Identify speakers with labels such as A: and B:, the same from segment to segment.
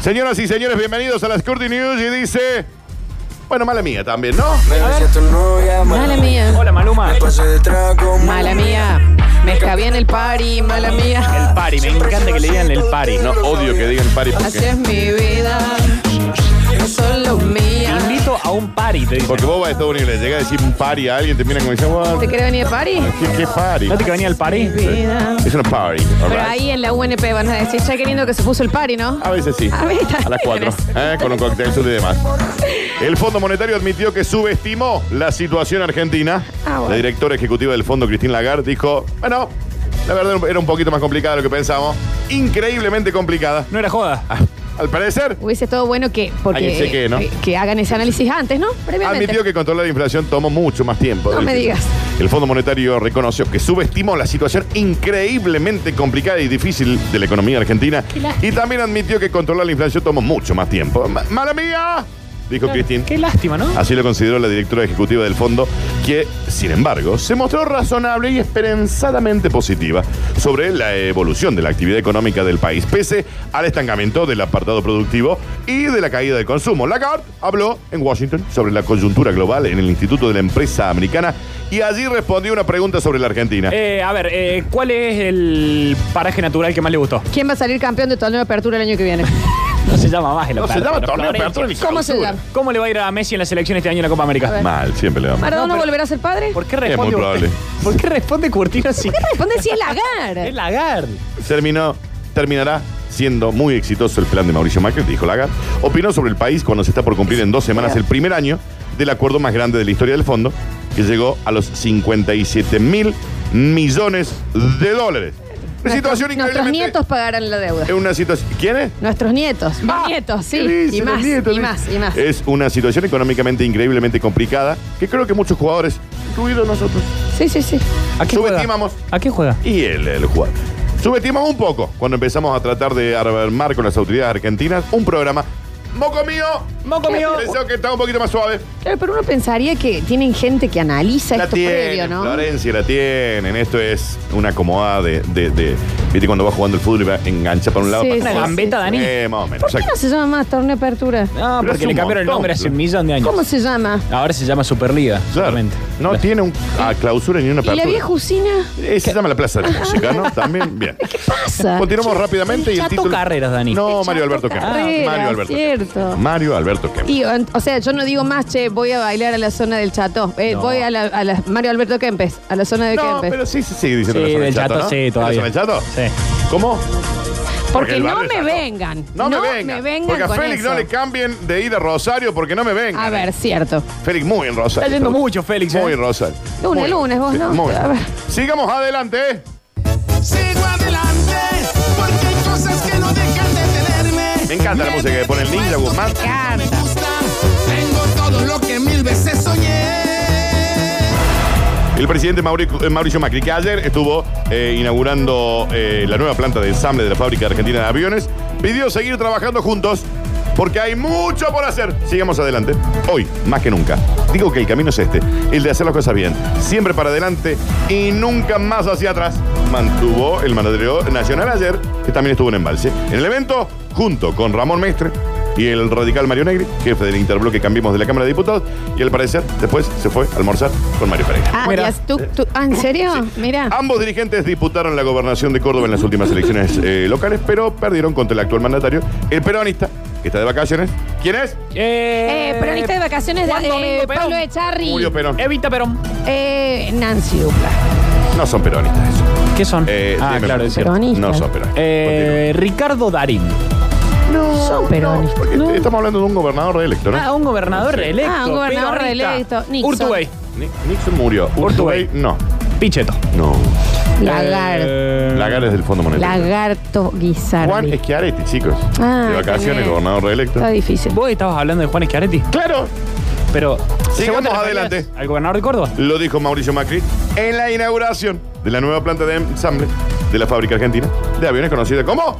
A: Señoras y señores, bienvenidos a las Curti News y dice. Bueno, mala mía también, ¿no?
B: Mala mía.
C: Hola Maluma.
B: Mala mía. Me está bien el party, mala mía.
C: El pari, me encanta que le digan el pari.
A: No, odio que digan pari
B: Así
A: porque,
B: es mi vida. No solo
C: Te
B: mía.
C: invito a un pari, te dicen.
A: porque vos vas a Estados Unidos y le llega a decir un pari a alguien, te miran como dicen, "What?
B: ¿Te querés venir de party?
A: ¿Qué, qué party?
C: ¿No te que venía el pari?
B: Vida.
A: Es una party. all
B: Pero
A: right.
B: ahí en la UNP van a decir, ya qué lindo que se puso el party, ¿no?
A: A veces sí.
B: A ver, está
A: las 4.
B: bien.
A: Con un cóctel sur y demás. El Fondo Monetario admitió que subestimó la situación argentina.
B: Ah, bueno.
A: La directora ejecutiva del fondo, Cristín Lagarde, dijo: Bueno, la verdad era un poquito más complicada de lo que pensábamos. Increíblemente complicada. Ah,
C: No era joda.
A: Al parecer,
B: Hubiese todo bueno que, porque,
A: Alguien chequee, ¿no?
B: que, que hagan ese análisis antes, ¿no? Previamente.
A: Admitió que controlar la inflación tomó mucho más tiempo.
B: No me digas.
A: El Fondo Monetario reconoció que subestimó la situación increíblemente complicada y difícil de la economía argentina y también admitió que controlar la inflación tomó mucho más tiempo. Ma- ¡Mala mía! Dijo Cristín.
C: Qué lástima, ¿no?
A: Así lo consideró la directora ejecutiva del fondo, que, sin embargo, se mostró razonable y esperanzadamente positiva sobre la evolución de la actividad económica del país, pese al estancamiento del apartado productivo y de la caída del consumo. Lagarde habló en Washington sobre la coyuntura global en el Instituto de la Empresa Americana y allí respondió una pregunta sobre la Argentina.
C: Eh, a ver, eh, ¿cuál es el paraje natural que más le gustó?
B: ¿Quién va a salir campeón de torneo de apertura el año que viene?
C: No se llama más el
A: no se
C: apertura,
A: llama torneo
C: Florencia.
A: apertura ni
B: ¿Cómo se
A: clausura.
B: llama?
C: ¿Cómo le va a ir a Messi en la selección este año en la Copa
B: A
C: América?
B: ver.
A: Mal, siempre le vamos.
B: ¿Maradona
C: No, pero-
B: volverá a ser padre?
C: ¿Por qué
A: Es
C: responde
A: muy
C: usted?
A: probable.
C: ¿Por qué responde Curtino así?
B: Responde si es lagar.
C: Es lagar.
A: terminó, terminará siendo muy exitoso el plan de Mauricio Macri, dijo Lagarde. Opinó sobre el país cuando se está por cumplir en dos semanas el primer año del acuerdo más grande de la historia del fondo, que llegó a los 57 mil millones de dólares. Una situación
B: Nuestros
A: increíblemente-
B: nietos pagarán la deuda.
A: Es una situación. ¿Quién es?
B: Nuestros nietos. Mis nietos, sí.
A: Ah, ¿Qué dice?
B: y
A: Los
B: más,
A: nietos, dice.
B: y
A: Eh.
B: más, y más.
A: Es una situación económicamente increíblemente complicada que creo que muchos jugadores, incluidos nosotros,
B: Sí, sí, sí.
C: ¿A qué juega?
A: Subestimamos.
C: ¿A qué juega?
A: y el, el jugador. Subestimamos un poco cuando empezamos a tratar de armar con las autoridades argentinas un programa. ¡Moco mío!
C: Moco mío.
A: Pensó que estaba un poquito más suave.
B: Claro, pero uno pensaría que tienen gente que analiza
A: La
B: esto previo,
A: tienen,
B: ¿no?
A: Florencia la tienen. Esto es una acomodada de, de, de- ¿Viste cuando vas jugando el fútbol y va engancha para un lado?
B: Sí,
A: para
B: sí,
C: Una
A: otro?
C: gambeta, Dani.
A: Eh, más o menos.
B: ¿Por qué no
A: exacto.
B: se llama más torneo de apertura?
C: No,
A: Pero hace
C: porque le
A: un
C: cambiaron el
A: montón,
C: nombre hace un
A: claro.
C: millón de años.
B: ¿Cómo se llama?
C: Ahora se llama Superliga,
A: Claro.
C: solamente.
A: No tiene un, a clausura ni una
B: ¿Y la
A: apertura.
B: vieja usina?
A: Eh, se llama la Plaza de la Música, ¿no? También, bien.
B: pasa?
A: Continuamos rápidamente. y el
C: Chato
A: título...
C: Carreras, Dani.
A: No, Mario Alberto Kemp.
B: Carreras,
A: Mario Alberto Kemp.
B: cierto.
A: Mario Alberto Kemp.
B: Y, o- o sea, yo no digo más, che, voy a bailar a la zona del Chato. Eh,
C: No.
B: Voy a la, a la- Mario Alberto Kempes, a la zona de
A: No,
B: Kempes.
A: pero sí, sí, sí, diciendo
C: Sí,
A: la zona
C: del Chato,
A: ¿no?
C: sí,
A: ¿De
C: todavía.
A: ¿La zona del Chato?
C: Sí.
A: ¿Cómo?
B: Porque
A: el
B: no
A: barrio
B: me
A: Chato.
B: vengan.
A: No,
B: No
A: me vengan.
B: me vengan
A: Porque a
B: con
A: Félix
B: eso.
A: no le cambien de ir a Rosario porque no me vengan.
B: A ver, cierto.
A: Félix, muy en Rosario.
C: Está yendo mucho, Félix, ¿eh?
A: Muy en Rosario.
B: Lunes,
A: Muy-
B: lunes, vos
A: sí,
B: no.
A: muy.
B: A ver.
A: Sigamos adelante, ¿eh?
D: Sigo adelante porque hay cosas que no dejan de tenerme.
A: Me encanta la música que pone el Ninja Guzmán.
D: Me gusta, tengo todo lo que mil veces soñé.
A: El presidente Mauric- eh, Mauricio Macri, que ayer estuvo eh, inaugurando eh, la nueva planta de ensamble de la fábrica argentina de aviones, pidió seguir trabajando juntos porque hay mucho por hacer. Sigamos adelante. Hoy, más que nunca. Digo que el camino es este, el de hacer las cosas bien. Siempre para adelante y nunca más hacia atrás. Mantuvo el mandatario nacional ayer, que también estuvo en embalse. En el evento, junto con Ramón Mestre, y el radical Mario Negri, jefe del interbloque Cambiemos de la Cámara de Diputados, y al parecer después se fue a almorzar con Mario Pereira.
B: Ah,
C: Mira.
B: y as-
A: eh,
B: tú- tú- ah, ¿en serio? Mira.
A: Ambos dirigentes disputaron la gobernación de Córdoba en las últimas elecciones eh, locales, pero perdieron contra el actual mandatario, el peronista, que está de vacaciones. ¿Quién es?
C: Eh,
B: Eh, peronista de vacaciones de
C: Juan Domingo
B: eh,
C: Perón.
B: Pablo Echarri.
A: Julio Perón.
C: Evita Perón.
B: Eh, Nancy Dupla.
A: No son peronistas. eso.
C: ¿Qué son?
A: Eh,
C: ah,
A: dime,
C: claro, es cierto.
B: Peronistas.
A: No son peronistas.
C: Eh, Ricardo Darín.
A: No,
B: son peronistas.
A: porque
B: No.
A: estamos hablando de un gobernador reelecto, ¿no?
C: Ah, un gobernador reelecto.
B: Ah, un gobernador
C: peronista.
B: reelecto. Nixon.
C: Urtubey.
A: Ni- Nixon murió.
C: Urtubey.
A: Urtubey, no.
C: Picheto.
A: No.
B: Lagar-
C: Eh,
A: Lagares del Fondo Monetario.
B: Lagarto
A: Juan
B: Guisardi.
A: Schiaretti, chicos.
B: Ah,
A: de vacaciones,
B: también.
A: gobernador reelecto.
B: Está difícil.
C: Vos estabas hablando de Juan Schiaretti,
A: Claro,
C: pero...
A: Sigamos
C: ¿se vos te referías
A: adelante.
C: ¿Al gobernador de Córdoba?
A: Lo dijo Mauricio Macri en la inauguración de la nueva planta de ensamble de la fábrica argentina de aviones conocida como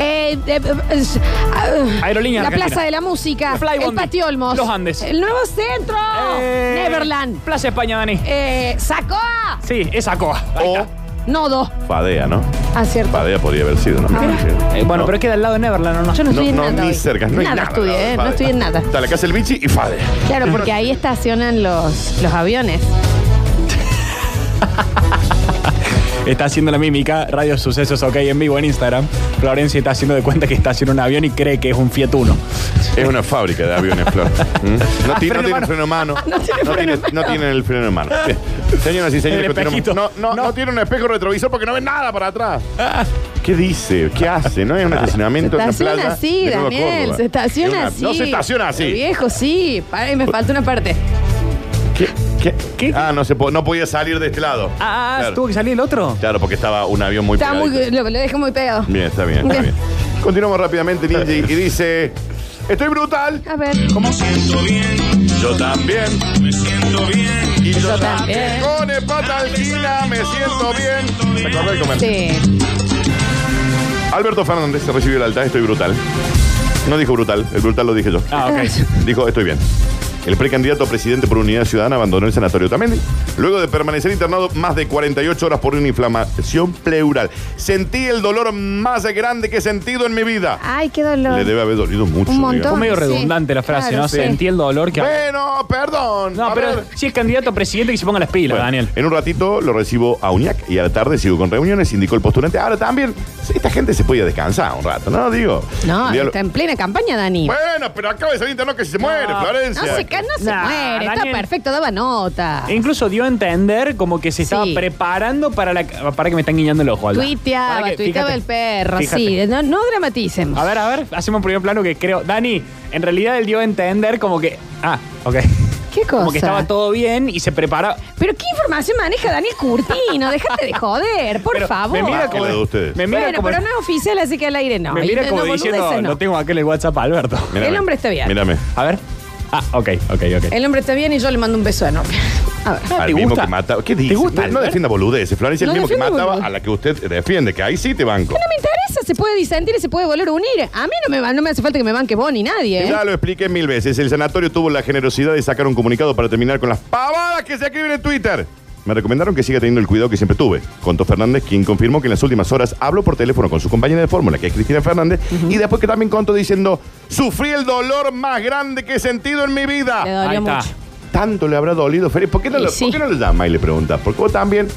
B: Eh, de- es- ah,
C: Aerolínea
B: La
C: Argentina.
B: Plaza de la Música.
C: La Fly
B: el
C: Bondi.
B: Patio Olmos.
C: Los Andes.
B: El Nuevo Centro.
C: Eh,
B: Neverland.
C: Plaza España, Dani.
B: Eh, Sacoa.
C: Sí, esa coa. Ahí
A: O
C: está.
B: Nodo.
A: Fadea, ¿no?
B: Ah, cierto.
A: Fadea podría haber sido, ¿no?
B: Ah.
C: Eh, bueno,
A: No.
C: pero queda al lado de Neverland, ¿o no?
B: Yo no
A: No,
B: estoy en
A: no,
B: nada.
A: ni
B: hoy.
A: cerca, no hay
B: nada
A: nada.
B: estudié,
A: al
B: eh, no
A: lado de
B: estoy en
A: Fadea.
B: nada.
A: Está la casa del bichi y Fadea.
B: Claro, porque ahí estacionan los, los aviones.
C: Está haciendo la mímica, Radio Sucesos OK en vivo en Instagram. Florencia está haciendo de cuenta que está haciendo un avión y cree que es un Fiat Uno.
A: Es una fábrica de aviones, Flor. ¿Mm? No, ti- no
C: freno
A: tiene
C: mano.
A: freno en mano. No tiene No tienen el freno en mano. Bien. Señoras y señores,
C: El
A: continuamos.
C: espejito.
A: No, no, no,
C: No.
A: tiene un espejo retrovisor porque no ven nada para atrás. ¿Qué dice? ¿Qué hace? No es un estacionamiento en
B: Se
A: una
B: estaciona
A: playa.
B: así,
A: de Nueva
B: Daniel.
A: Córdoba.
B: Se estaciona
A: Es una-
B: así.
A: No se estaciona
B: El
A: así.
B: viejo, sí. Para, me falta una parte.
A: ¿Qué? ¿Qué? Ah, no, se po- no podía salir de este lado.
C: Ah,
A: claro.
C: tuvo que salir el otro.
A: Claro, porque estaba un avión muy
B: Está muy,
A: pegadito.
B: lo, lo dejé muy pegado.
A: Bien, está bien, está
B: Bien.
A: bien. Continuamos rápidamente, Ninji, y dice: Estoy brutal.
B: A ver.
A: Yo también. Me siento bien. Y yo, también.
B: también.
A: Con hepatalgina me siento bien. Me acordé del comercio.
B: Sí.
A: Alberto Fernández se recibió el alta, estoy brutal. No dijo brutal, el brutal lo dije yo.
C: Ah, ok.
A: Dijo, estoy bien. El precandidato a presidente por Unidad Ciudadana abandonó el sanatorio también, luego de permanecer internado más de 48 horas por una inflamación pleural. Sentí el dolor más grande que he sentido en mi vida.
B: Ay, qué dolor.
A: Le debe haber dolido mucho.
B: Ah, Un
A: digamos.
B: montón.
C: Fue medio
B: Sí,
C: redundante la frase,
B: claro,
C: ¿no?
B: sí.
C: Sentí el dolor que...
A: Bueno, perdón.
C: No,
A: A
C: pero
A: ver.
C: si es candidato a presidente que se ponga las pilas,
A: Bueno,
C: Daniel.
A: En un ratito lo recibo a Uñac y a la tarde sigo con reuniones, indicó el postulante. Ahora también, sí, esta gente se podía descansar un rato, ¿no? Digo.
B: No,
A: Un día lo-
B: está en plena campaña, Dani.
A: Bueno, pero acaba de salir interno que se muere, Florencia.
B: no se, ca- no se
C: Nah,
B: muere, está
C: Daniel.
B: perfecto, daba nota.
C: E Incluso dio a entender como que se estaba
B: Sí.
C: preparando para la... Para que me están guiñando el ojo. Alda. Para
B: Tuiteaba,
C: que-
B: tuiteaba
C: fíjate,
B: el perro,
C: fíjate.
B: sí. No, no dramaticemos.
C: A ver, a ver, hacemos un primer plano que creo... Dani, en realidad él dio a entender como que... Ah, ok.
B: ¿Qué cosa?
C: Como que estaba todo bien y se preparaba...
B: Pero qué información maneja Daniel Curtino, déjate de joder, por
C: Pero
B: favor.
C: Me mira
A: Que
C: como...
A: la de ustedes.
C: Me mira
B: bueno,
C: como...
B: pero no es oficial, así que al aire no.
C: me
B: Y
C: mira
B: no,
C: como
B: boludeces,
C: diciendo...
B: no.
C: Lo tengo acá en el WhatsApp a Alberto.
A: Mírame.
B: el hombre está bien.
A: Mírame.
C: A ver. Ah, ok, ok, ok.
B: El hombre está bien y yo le mando un beso enorme. A ver.
A: Al
C: ¿Te
A: mismo
C: gusta?
A: que mataba. ¿Qué
C: ¿Te
A: dice?
C: gusta,
A: No, no
C: Albert?
A: defienda boludeces, Florencia.
B: No
A: el mismo que
B: defiendo
A: mataba
B: boludeces.
A: a la que usted defiende, que ahí sí te banco.
B: No me interesa, se puede disentir y se puede volver a unir. A mí no me, va- no me hace falta que me banque vos ni nadie. ¿eh?
A: Ya lo expliqué mil veces. El sanatorio tuvo la generosidad de sacar un comunicado para terminar con las pavadas que se escriben en Twitter. Me recomendaron que siga teniendo el cuidado que siempre tuve. Contó Fernández, quien confirmó que en las últimas horas habló por teléfono con su compañera de fórmula, que es Cristina Fernández, y después que también contó diciendo, sufrí el dolor más grande que he sentido en mi
B: Le
A: vida.
B: dolió
C: Ahí está.
B: mucho.
A: Tanto le habrá dolido, Félix. ¿Por qué no,
B: Y
A: lo,
B: sí.
A: ¿por qué no le llama y le pregunta? Porque vos también...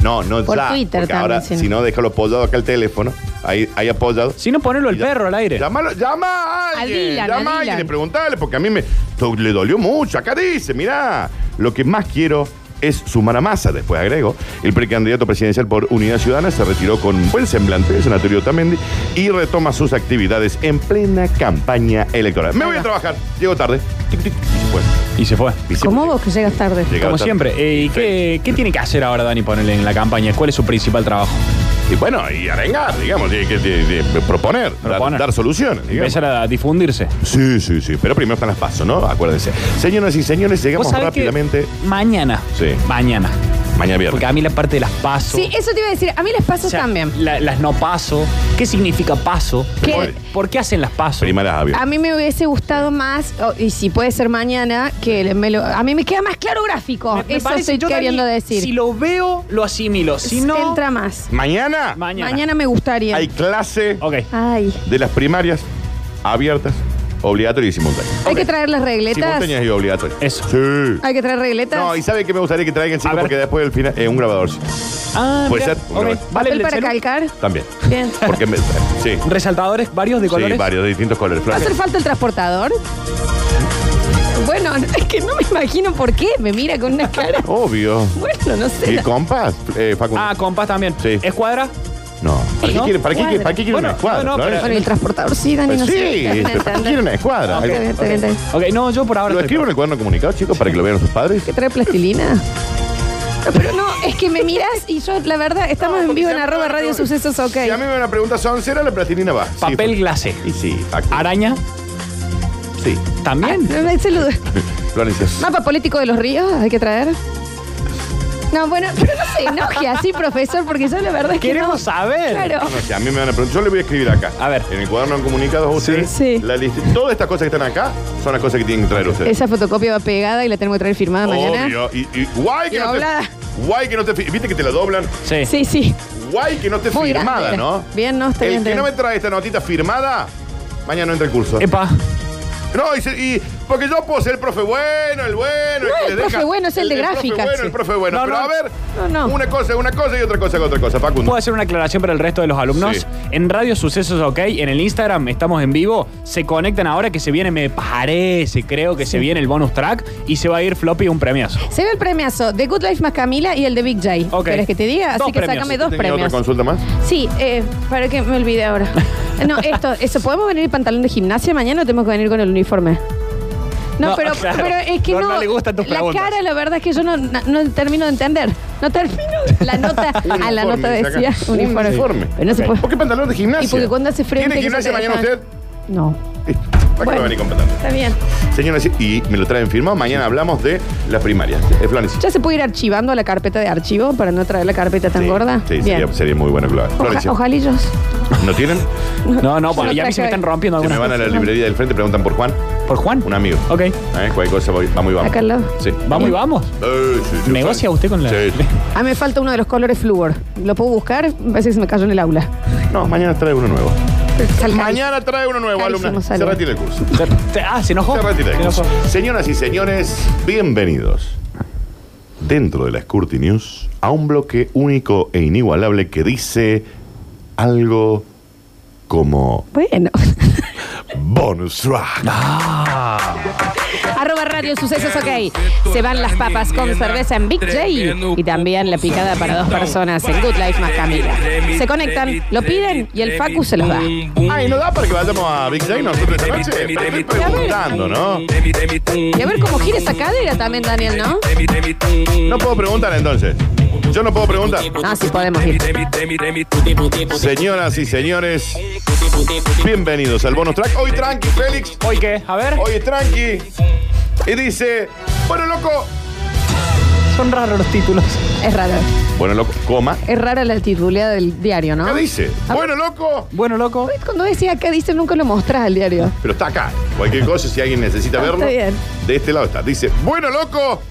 A: No, no
B: Por
A: ya,
B: Twitter
A: porque
B: también,
A: ahora,
B: si no.
A: si no, déjalo apoyado acá el teléfono, ahí, ahí apoyado.
C: Si no, ponerlo al perro al aire.
A: Llámalo, llama a
B: A
A: alguien.
B: Dylan,
A: llama
B: a
A: a alguien y
B: Dylan.
A: preguntale, porque a mí me to- le dolió mucho. Acá dice, mirá, lo que más quiero es sumar a masa. Después agrego, el precandidato presidencial por Unidad Ciudadana se retiró con buen semblante del sanatorio Tamendi y retoma sus actividades en plena campaña electoral. Me voy a trabajar, llego tarde. Tic, tic, y se fue.
C: Y se fue.
A: Y se
B: Como
A: fue.
B: vos que llegas tarde.
A: Llegaba
C: Como
A: tarde.
C: siempre. Eh, ¿Y qué, qué tiene que hacer ahora Dani ponerle en la campaña? ¿Cuál es su principal trabajo?
A: Y bueno, y arengar, digamos, y- que- de- de- de proponer, dar-
C: Proponer.
A: Dar, soluciones. digamos.
C: Empezar a difundirse.
A: Sí, sí, sí. Pero primero están las pasos, ¿no? Acuérdense. Señoras y señores, llegamos
C: Vos sabés que
A: rápidamente.
C: mañana.
A: Sí.
C: Mañana.
A: Mañana viernes.
C: Porque a mí la parte de las pasos.
B: Sí, eso te iba a decir. A mí les paso
C: o sea,
B: también.
C: la- las no paso. ¿Qué significa paso?
B: ¿Qué?
C: ¿Por, por qué hacen las pasos?
A: Primera avión.
B: A mí me hubiese gustado más, o- y si puede ser mañana, que le- me lo, a mí me queda más claro gráfico.
C: Me- me
B: Oh, Eso
C: parece-
B: estoy
C: yo, Dani,
B: queriendo decir.
C: Si lo veo, lo asimilo. Si no.
B: Entra más.
A: Mañana
B: Mañana,
C: Mañana.
B: me gustaría.
A: hay clase
C: Ok.
B: Ay.
A: de las primarias abiertas, obligatorias y simultáneas.
B: Hay que traer las regletas.
A: Simultáneas y obligatorias.
C: Eso.
A: Sí.
B: Hay que traer regletas.
A: No, y ¿sabe qué me gustaría que traigan? chicos?
C: A ver.
A: porque después del final. eh, un grabador, sí.
C: Ah,
A: Puede
C: mirá.
A: ser.
C: Ok.
A: Bueno,
C: Vale,
B: Papel
C: el
B: para
C: celu.
B: calcar.
A: También.
B: Bien.
A: Porque me. Sí.
C: Resaltadores, varios de colores.
A: Sí, varios, de distintos colores.
B: ¿Va a
A: Flor.
B: hacer falta el transportador? Bueno, es que no me imagino por qué. Me mira con una cara.
A: Obvio.
B: Bueno, no sé.
A: ¿Y compas? Eh, Facundo.
C: Ah, compás también.
A: Sí.
C: Escuadra.
A: no. ¿Para qué
C: ¿no?
A: quiere, para qué, quiere- para qué quiere
C: Bueno,
A: una escuadra?
C: no, no,
A: Flor?
C: pero-
B: Bueno, el transportador sí, Dani,
A: Pues
B: no
A: sí,
B: sé.
A: pero ¿para qué quiere una escuadra?
B: Está bien, está bien, está bien.
C: Ok, no, yo por ahora.
A: ¿Lo
C: estoy-
A: escribo en el cuaderno comunicado, chicos, para que lo vean sus padres?
B: ¿Que trae plastilina? No, pero no, es que me miras y yo, la verdad, estamos en vivo en arroba radio sucesos, ok.
A: Si a mí me van a preguntar soncera, la platinina va. Sí, pues.
C: Papel glacé.
A: Y sí, Facu.
C: Araña.
A: Sí.
B: Ah,
C: También.
B: no, no, saludo.
A: Florencia.
B: Mapa político de los ríos, hay que traer. No, bueno, pero no se enoje así, profesor, porque yo la verdad es que.
E: Queremos
B: no-
E: saber.
B: Claro.
A: No sé, a mí me van a preguntar. Yo le voy a escribir acá.
C: A ver.
A: En el cuaderno han comunicado a ustedes.
B: Sí. Sí.
A: La lista- todas estas cosas que están acá son las cosas que tienen que traer ustedes.
B: Esa fotocopia va pegada y la tengo que traer firmada mañana.
A: Obvio. Y, y guay que
B: Y
A: no
B: doblada.
A: te. Guay que no te. fi- Viste que te la doblan.
C: Sí.
B: Sí, sí.
A: Guay que no esté
B: Muy
A: firmada,
B: grande.
A: ¿no?
B: Bien, no, está
A: El
B: bien,
A: que
B: está
A: no me
B: bien.
A: trae esta notita firmada, mañana no entra el curso.
C: Epa.
A: No, y, se- y- porque yo puedo ser el profe bueno, el bueno.
B: No,
A: que
B: el
A: le
B: profe bueno es el de
A: El profe
B: gráficas,
A: bueno,
B: sí.
A: el profe bueno.
C: No,
A: Pero
C: no.
A: a ver,
B: No, Pues, no.
A: una cosa es una cosa y otra cosa es otra cosa, Facundo.
C: ¿Puedo hacer una aclaración para el resto de los alumnos?
A: Sí.
C: En Radio Sucesos OK, en el Instagram estamos en vivo, se conectan ahora que se viene, me parece, creo que se viene el bonus track y se va a ir floppy un premiazo.
B: Se ve el premiazo de Good Life más Camila y el de Big J.
C: Ok.
B: ¿Querés que te diga? Así
C: Dos
B: que
C: premios.
B: sacame dos
A: ¿Tenía otra
B: premios.
A: consulta más?
B: Sí, eh, para que me olvide ahora. No, esto, eso, ¿podemos venir en pantalón de gimnasia mañana o tenemos que venir con el uniforme? No,
C: No,
B: pero,
C: claro.
B: pero es que
C: No,
B: no.
C: no le gustan tus
B: la
C: preguntas.
B: cara, la verdad es que yo no, no- no termino de entender. No termino la nota. a la
A: Uniforme,
B: nota
A: dice acá.
B: decía uniforme.
A: Uniforme.
B: Pero no se
A: Ok.
B: puede.
A: ¿Por qué pantalón de gimnasia?
B: Y porque cuando hace frente.
A: ¿Tiene
B: que
A: gimnasia
B: se te
A: mañana
B: deja-
A: usted?
B: No.
A: Sí. ¿Para qué va
B: Bueno.
A: a venir con pantalón?
B: Está bien.
A: Señoras y me lo traen firmado. Mañana hablamos de las primarias. Es Florencia.
B: ¿Ya se puede ir archivando a la carpeta de archivo para no traer la carpeta tan
A: Sí,
B: gorda?
A: Sí,
B: bien.
A: sería, sería muy bueno que lo hagan.
B: Oja-
A: Florencia,
B: ojalillos.
A: ¿no tienen?
C: No, no, bueno,
B: Sí.
C: ya a mí se me están rompiendo
A: Si me
C: algunas
A: van a la
C: cosas.
A: librería del frente, preguntan por Juan.
C: ¿Por Juan?
A: Un amigo.
C: Ok.
A: ¿Eh? Cualquier cosa, voy- vamos y vamos.
B: Acá al lado.
A: Sí.
C: Vamos y vamos.
A: Eh, sí, sí, Florencia.
C: ¿Negocia usted con la-
A: Sí.
B: A mí me falta uno de los colores flúor. ¿Lo puedo buscar? Me parece que se me cayó en el aula.
A: No, mañana trae uno nuevo.
B: Sal-
A: Mañana trae uno nuevo,
B: Carísimo,
A: alumna. Se
B: sale.
A: retira el curso.
C: Ah, se enojó.
A: Se retira el
C: Se
A: curso.
C: enojó.
A: Señoras y señores, bienvenidos dentro de la Scurti News a un bloque único e inigualable que dice algo como
B: Bueno.
A: bonus track.
B: Arroba Radio Sucesos, ok. Se van las papas con cerveza en Big J y también la picada para dos personas en Good Life más Camila. Se conectan, lo piden y el Facu se los da.
A: Ay, ¿no da para que vayamos a Big Day nosotros esta noche? Pero estoy preguntando, ¿no?
B: Y a ver cómo gira esa cadera también, Daniel, ¿no?
A: No puedo preguntar entonces. Yo no puedo preguntar.
B: Ah, sí, podemos ir.
A: Señoras y señores, bienvenidos al bonus track. Hoy tranqui, Félix.
C: ¿Hoy qué? A ver.
A: Hoy es tranqui. Y dice, bueno, loco.
C: Son raros los títulos.
B: Es raro.
A: Bueno, loco, coma.
B: Es rara la tituleada del diario, ¿no?
A: ¿Qué dice?
B: A ver.
A: Bueno, loco.
C: Bueno, loco.
B: ¿Ves Cuando decía acá dice nunca lo mostrás al diario.
A: Pero está acá. Cualquier cosa, si alguien necesita
B: Ah, Está
A: verlo.
B: bien.
A: De este lado está. Dice, bueno, loco.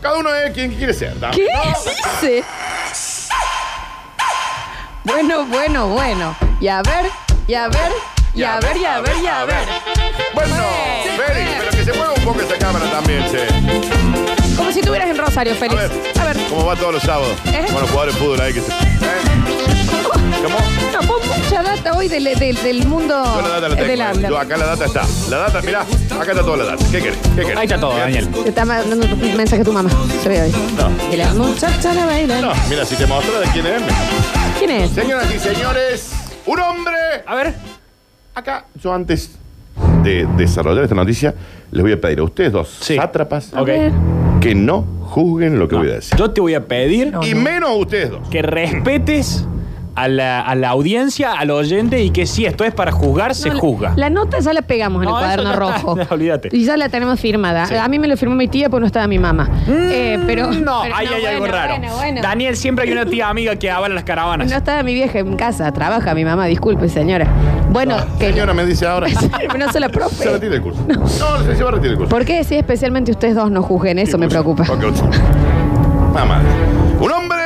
A: Cada uno es quien quiere ser. ¿no?
B: ¿Qué dice? Bueno, bueno, bueno. Y a ver, y a ver, y a ver, y a ver, y a ver.
A: Bueno, Félix, pero que se mueva un poco esa cámara también, che.
B: Como si estuvieras en Rosario,
A: A
B: Félix.
A: ver.
B: A ver.
A: ¿Cómo va todos los sábados?
B: ¿Eh?
A: Como los jugadores de fútbol ahí que se. ¿Eh? ¿Cómo?
B: No, pon mucha data hoy del, del, del mundo
A: Yo la data la
B: del
A: tengo. eh. Yo
B: habla.
A: acá la data está. La data, mirá, acá está toda la data. ¿Qué querés? ¿Qué querés?
C: Ahí está todo,
A: ¿Eh?
C: Daniel.
B: Te está mandando un mensaje tu mamá. Se ve hoy.
A: No.
B: Y las muchachas la bailan.
A: No, mira, si te muestro de quién es.
B: ¿Quién es?
A: Señoras y señores, un hombre.
C: A ver.
A: Acá, yo antes de desarrollar esta noticia, les voy a pedir a ustedes dos
C: Sí.
A: sátrapas
C: Ok.
B: ver.
A: que no juzguen lo que voy a decir.
C: Yo te voy a pedir
A: y menos ustedes dos.
C: que respetes a la, a la audiencia, al oyente y que si esto es para juzgar, se
B: No, la-
C: juzga.
B: La nota ya la pegamos en
C: No,
B: el cuaderno
C: eso ya está.
B: rojo.
C: Ya, olvídate.
B: Y ya la tenemos firmada.
C: Sí.
B: A mí me lo firmó mi tía porque no estaba mi mamá.
A: Mm,
B: Eh, pero.
C: No,
B: pero
C: ahí hay algo
B: bueno,
C: raro.
B: Bueno, bueno.
C: Daniel, siempre hay una tía amiga que avala las caravanas.
B: No estaba mi vieja en casa, trabaja mi mamá, disculpe, señora. Bueno, que.
A: Señora, me dice ahora.
B: no se la
A: Se
B: profe.
A: retira el curso. No, se, se va a retirar el curso.
B: ¿Por qué decís especialmente ustedes dos no juzguen? Eso me preocupa.
A: Ok, otro. Nada más. Un hombre.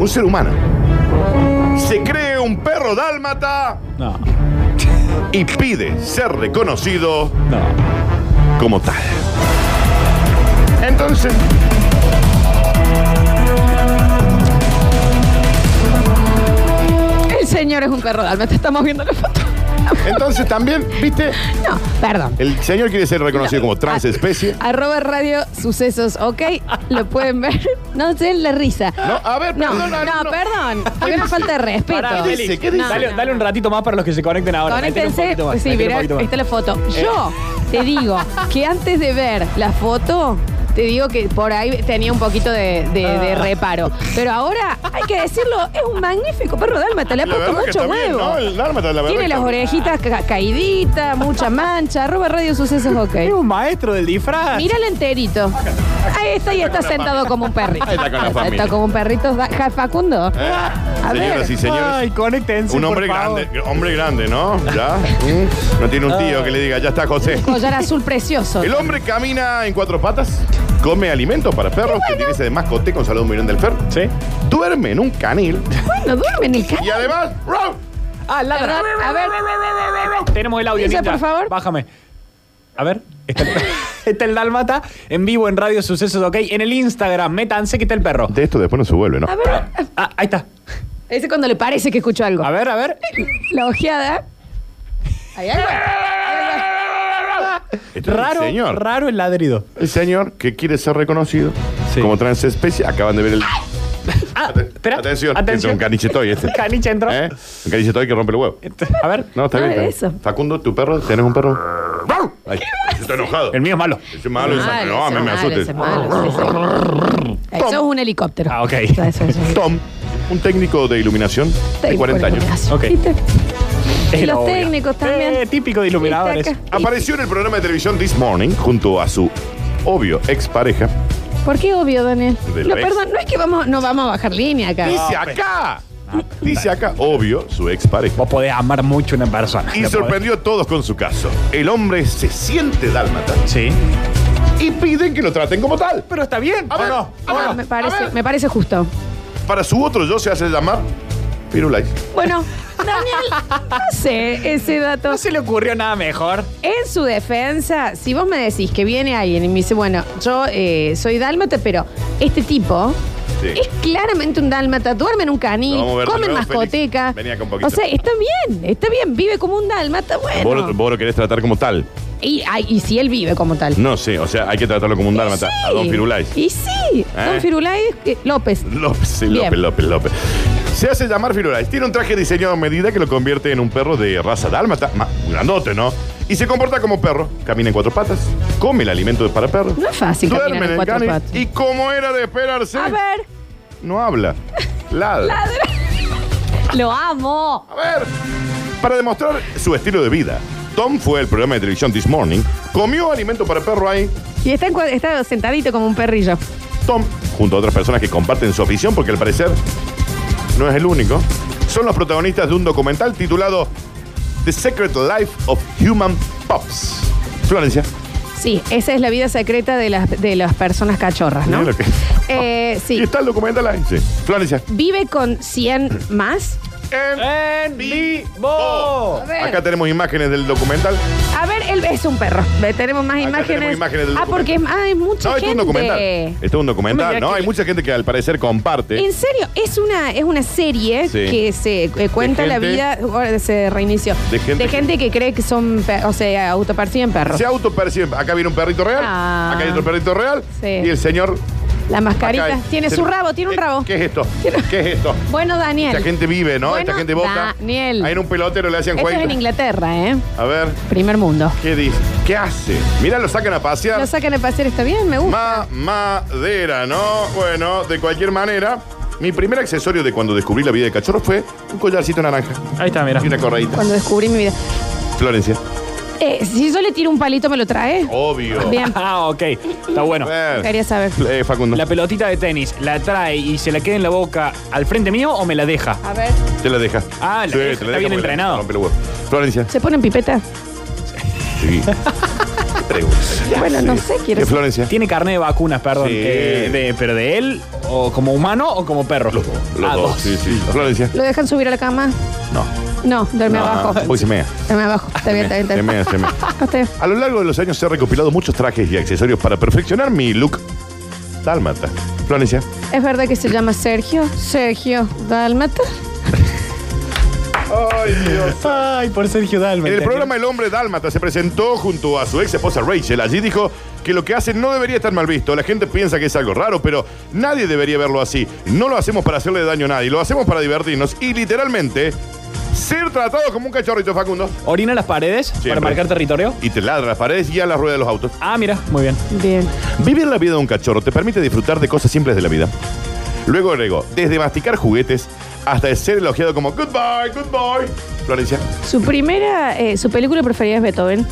A: Un ser humano. Se cree un perro dálmata
C: No,
A: y pide ser reconocido
C: no.
A: como tal. Entonces.
B: El señor es un perro de alma, te estamos viendo la foto.
A: Entonces también, viste,
B: No, perdón.
A: el señor quiere ser reconocido como transespecie.
B: Arroba radio sucesos, ok. Lo pueden ver. No sé la risa.
A: No, a ver,
B: No,
A: perdón,
B: no,
A: no.
B: perdón. Porque una falta de respeto.
C: Pará,
A: ¿Qué dice? ¿Qué dice?
B: No,
C: Dale,
B: no.
C: dale un ratito más para los que se conecten ahora. Métele un
B: Conéctense.
C: poquito más,
B: Sí,
C: métele un
A: Eh.
B: mirá,
C: poquito más.
B: está la foto. Yo te digo que antes de ver la foto, Te digo que por ahí tenía un poquito de, de-
A: Ah.
B: de reparo. Pero ahora, hay que decirlo, es un magnífico perro dálmata. Le ha
A: ah, La
B: puesto
A: verdad que
B: mucho
A: está bien,
B: huevo.
A: ¿no? El dálmata, la verdad que
B: Tiene las
A: está-
B: orejitas ca- caíditas, mucha mancha. Arroba Radio Sucesos
C: Es
B: OK.
C: un maestro del disfraz.
B: Míralo enterito. Ahí está y está sentado como un perrito.
A: Ahí está con la familia.
B: como un perrito. Da- Ja- Facundo.
A: Eh,
B: A
A: Señoras
B: ver.
A: y señores.
C: Ay, conéctense.
A: un hombre
C: por favor.
A: grande, hombre grande, ¿no? ¿Ya? ¿Mm? No tiene un tío que le diga, ya está José.
B: Collar azul precioso.
A: El hombre camina en cuatro patas, come alimentos para perros, que tiene ese de mascote con salud mirón del perro,
C: Sí.
A: duerme en un canil
B: Bueno, duerme en el
A: y
B: carro.
A: además. ¡rau!
C: Ah, ladra.
B: A ver,
C: Tenemos el audio.
B: Dice,
C: Ninja.
B: por favor.
C: Bájame. A ver. Está el, está el Dálmata en vivo en Radio Sucesos, ok. En el Instagram, métanse que está el perro.
A: De esto después no se vuelve, ¿no?
B: a ver.
C: Ah, ahí está.
B: Ese es cuando le parece que escucho algo.
C: A ver, a ver.
B: La ojeada. ¿Hay algo?
A: Este es el
C: Raro,
A: señor.
C: raro el ladrido.
A: El señor que quiere ser reconocido
C: Sí.
A: como transespecie. Acaban de ver el.
C: Ah, espera.
A: Atención, entra un canichetoy este.
C: Caniche entró.
A: ¿Eh? Un canichetoy que rompe el huevo.
C: A ver.
A: No, está
B: No,
A: bien.
B: era
A: está bien.
B: eso.
A: Facundo, tu perro, ¿tenés un perro? ¡Rau! Ay, está enojado.
C: El mío es malo.
A: Es malo, es malo. No, a mí me asustes.
B: Eso es un helicóptero.
C: Ah, ok.
B: Eso, eso, eso.
A: Tom, un técnico de iluminación de 40 años.
C: Ok.
B: ¿Viste?
C: Es
B: Y
C: lo
B: los
C: obvio.
B: técnicos también.
C: Eh, típico de iluminadores.
B: Viste acá.
A: Apareció en el programa de televisión This Morning junto a su obvio expareja.
B: ¿Por qué obvio, Daniel?
A: De la
B: No,
A: ex.
B: perdón, no es que vamos, no vamos a bajar línea acá.
A: Dice acá. Dice acá, obvio, su expareja.
C: Vos podés amar mucho a una persona.
A: Y
C: Lo podés-
A: sorprendió a todos con su caso. El hombre se siente dálmata
C: Sí.
A: y piden que lo traten como tal.
C: Pero está bien.
A: A
C: ¿o
A: ver,
C: no?
A: a
C: ¿O
A: ver.
C: no?
B: Ah, me,
A: a
B: parece,
A: ver.
B: me parece justo.
A: Para su otro yo se hace llamar Pirulais.
B: Bueno, Daniel, no sé ese dato.
C: No se le ocurrió nada mejor.
B: En su defensa, si vos me decís que viene alguien y me dice, bueno, yo eh, soy dálmata, pero este tipo
A: Sí.
B: es claramente un dálmata, duerme en un
A: Lo
B: canil,
A: vamos a ver de
B: come en
A: nuevo,
B: mascoteca.
A: Félix. Venía acá un poquito.
B: o sea, está bien, está bien, vive como un dálmata, bueno.
A: Vos, lo- vos lo querés tratar como tal.
B: Y, ay, y si él vive como tal.
A: No sé, o sea, hay que tratarlo como un dálmata. A don Pirulais.
B: Y sí,
A: ¿Eh?
B: Don Firulais eh, López.
A: López, sí,
B: Bien.
A: López, López, López. Se hace llamar Firulais. Tiene un traje diseñado a medida que lo convierte en un perro de raza dálmata. ma- Grandote, ¿no? Y se comporta como perro. Camina en cuatro patas. Come el alimento para perros.
B: No es fácil
A: Duerme en
B: caminar en
A: el
B: cuatro
A: canil.
B: patas.
A: Y como era de esperarse,
B: A ver,
A: no habla. Ladra.
B: lo amo.
A: A ver. Para demostrar su estilo de vida, Tom fue al programa de televisión This Morning. Comió alimento para perro ahí.
B: Y está, en cua- está sentadito como un perrillo.
A: Tom, junto a otras personas que comparten su afición, porque al parecer no es el único, son los protagonistas de un documental titulado The Secret Life of Human Pups. Florencia.
B: Sí, esa es la vida secreta de las, de las personas cachorras, ¿no?
A: Mira lo que-
B: Eh,
A: Y
B: sí.
A: está el documental ahí. Sí. Florencia.
B: Vive con 100 más.
A: En-
C: En vivo.
B: A ver.
A: Acá tenemos imágenes del documental.
B: A ver, él es un perro. Ve, Tenemos más
A: Acá
B: imágenes.
A: tenemos imágenes del
B: ah,
A: documental.
B: porque es, ah, es mucha
A: No, esto
B: gente.
A: es un documental. Esto es un documental,
C: Mira
A: ¿no?
C: que-
A: Hay mucha gente que al parecer comparte.
B: En serio, es una, es una serie
A: Sí.
B: que se eh, cuenta
A: De
B: la
A: gente-
B: vida, ahora se reinició,
A: De gente que-
B: que cree que son, pe- o sea, autoperciben perros.
A: Se autopercibe. Acá viene un perrito real.
B: Ah.
A: Acá hay otro perrito real.
B: Sí.
A: Y el señor.
B: La mascarita
A: acá-
B: tiene
A: se-
B: su rabo, tiene un
A: ¿Qué-
B: rabo.
A: ¿Qué es esto? ¿Qué es esto?
B: Bueno, Daniel.
A: Esta gente vive, ¿no? Esta
B: Bueno,
A: gente vota.
B: Daniel.
A: Ahí en un pelotero le hacían
B: Esto es en
A: jueguito.
B: Inglaterra, ¿eh?
A: A ver,
B: Primer mundo.
A: ¿qué dice? ¿Qué hace? Mirá, lo sacan a pasear.
B: Lo sacan a pasear, está bien, me gusta.
A: Ma- madera, ¿no? Bueno, de cualquier manera, mi primer accesorio de cuando descubrí la vida de cachorro fue un collarcito naranja
C: Ahí está, mira.
A: y una correita.
B: Cuando descubrí mi vida.
A: Florencia.
B: Eh, si yo le tiro un palito, ¿me lo trae?
A: Obvio.
B: Bien,
C: Ah, ok. Está bueno.
A: Eh,
B: quería saber.
A: eh, Facundo,
C: La pelotita de tenis, ¿la trae y se la queda en la boca al frente mío o me la deja?
B: A ver.
A: te la deja.
C: Ah, la deja, está
A: porque
C: bien entrenado.
A: rompe el huevo. Florencia.
B: ¿Se ponen pipeta?
A: Sí. Pregunta.
B: Bueno, no sé, quiero
A: Eh,
B: saber.
A: Florencia.
C: Tiene carne de vacunas, perdón.
A: Sí.
C: Eh, de- ¿Pero de él? ¿O como humano o como perro?
A: Los dos. Los
C: Ah,
A: dos.
C: dos.
A: Sí, sí. Florencia.
B: ¿Lo dejan subir a la cama?
A: No.
B: No, duerme abajo.
A: Ah, Uy, se mea.
B: Duerme abajo. Está bien, está bien, está
A: Se
B: bien.
A: mea, se mea.
B: No, está bien.
A: A lo largo de los años he recopilado muchos trajes y accesorios para perfeccionar mi look dálmata. Florencia.
B: ¿Es verdad que se llama Sergio? Sergio Dalmata.
A: Ay, Dios.
C: Ay, por Sergio Dalma.
A: En el programa El Hombre Dálmata se presentó junto a su ex esposa Rachel. Allí dijo que lo que hacen no debería estar mal visto. La gente piensa que es algo raro, pero nadie debería verlo así. No lo hacemos para hacerle daño a nadie, lo hacemos para divertirnos. Y literalmente Ser tratado como un cachorrito, Facundo.
C: Orina las paredes
A: Siempre.
C: para marcar territorio.
A: Y te ladra las paredes y a las ruedas de los autos.
C: Ah, mira, muy bien.
B: Bien.
A: Vivir la vida de un cachorro te permite disfrutar de cosas simples de la vida. Luego agregó, desde masticar juguetes hasta ser elogiado como Goodbye, Goodbye. Florencia.
B: Su primera, eh, su película preferida es Beethoven.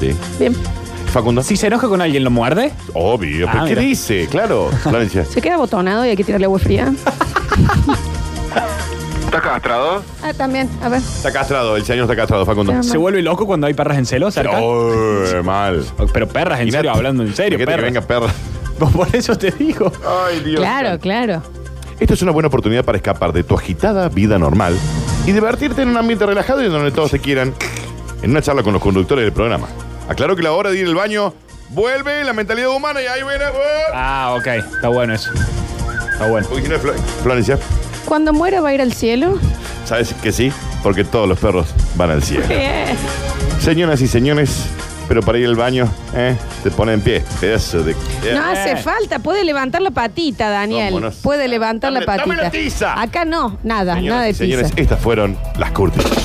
A: Sí.
B: Bien.
A: Facundo.
C: Si se enoja con alguien, ¿lo muerde?
A: Obvio. ¿Pero
C: Ah,
A: qué
C: mira.
A: dice? Claro. Florencia.
B: Se queda botonado y hay que tirarle agua fría.
E: ¿Estás castrado?
B: Ah, también. A ver.
A: Está castrado, el señor está castrado, Facundo.
B: Está
C: ¿Se vuelve loco cuando hay perras en celo cerca?
A: Oh, mal.
C: Pero perras, en serio, hablando en serio,
A: Imagínate que
C: perras.
A: venga perra.
C: Por eso te digo.
A: Ay, Dios.
B: Claro, claro.
A: Esta es una buena oportunidad para escapar de tu agitada vida normal y divertirte en un ambiente relajado y donde todos te quieran. En una charla con los conductores del programa. Aclaro que la hora de ir al baño vuelve la mentalidad humana y ahí viene. ¡ah!
C: Ah, ok. Está bueno eso. Está bueno.
A: Uy, no es Flo- Florencia,
B: Cuando muera va a ir al cielo.
A: ¿sabes que sí? Porque todos los perros van al cielo.
B: Bien.
A: Señoras y señores, pero para ir al baño, ¿eh? te ponen en pie. Pedazo de.
B: No hace falta, puede levantar la patita, Daniel.
A: Vámonos.
B: Puede levantar la
A: Dame-
B: patita.
A: dame la tiza.
B: Acá no, nada,
A: Señoras
B: nada de
A: y señores,
B: tiza.
A: estas fueron las curtas.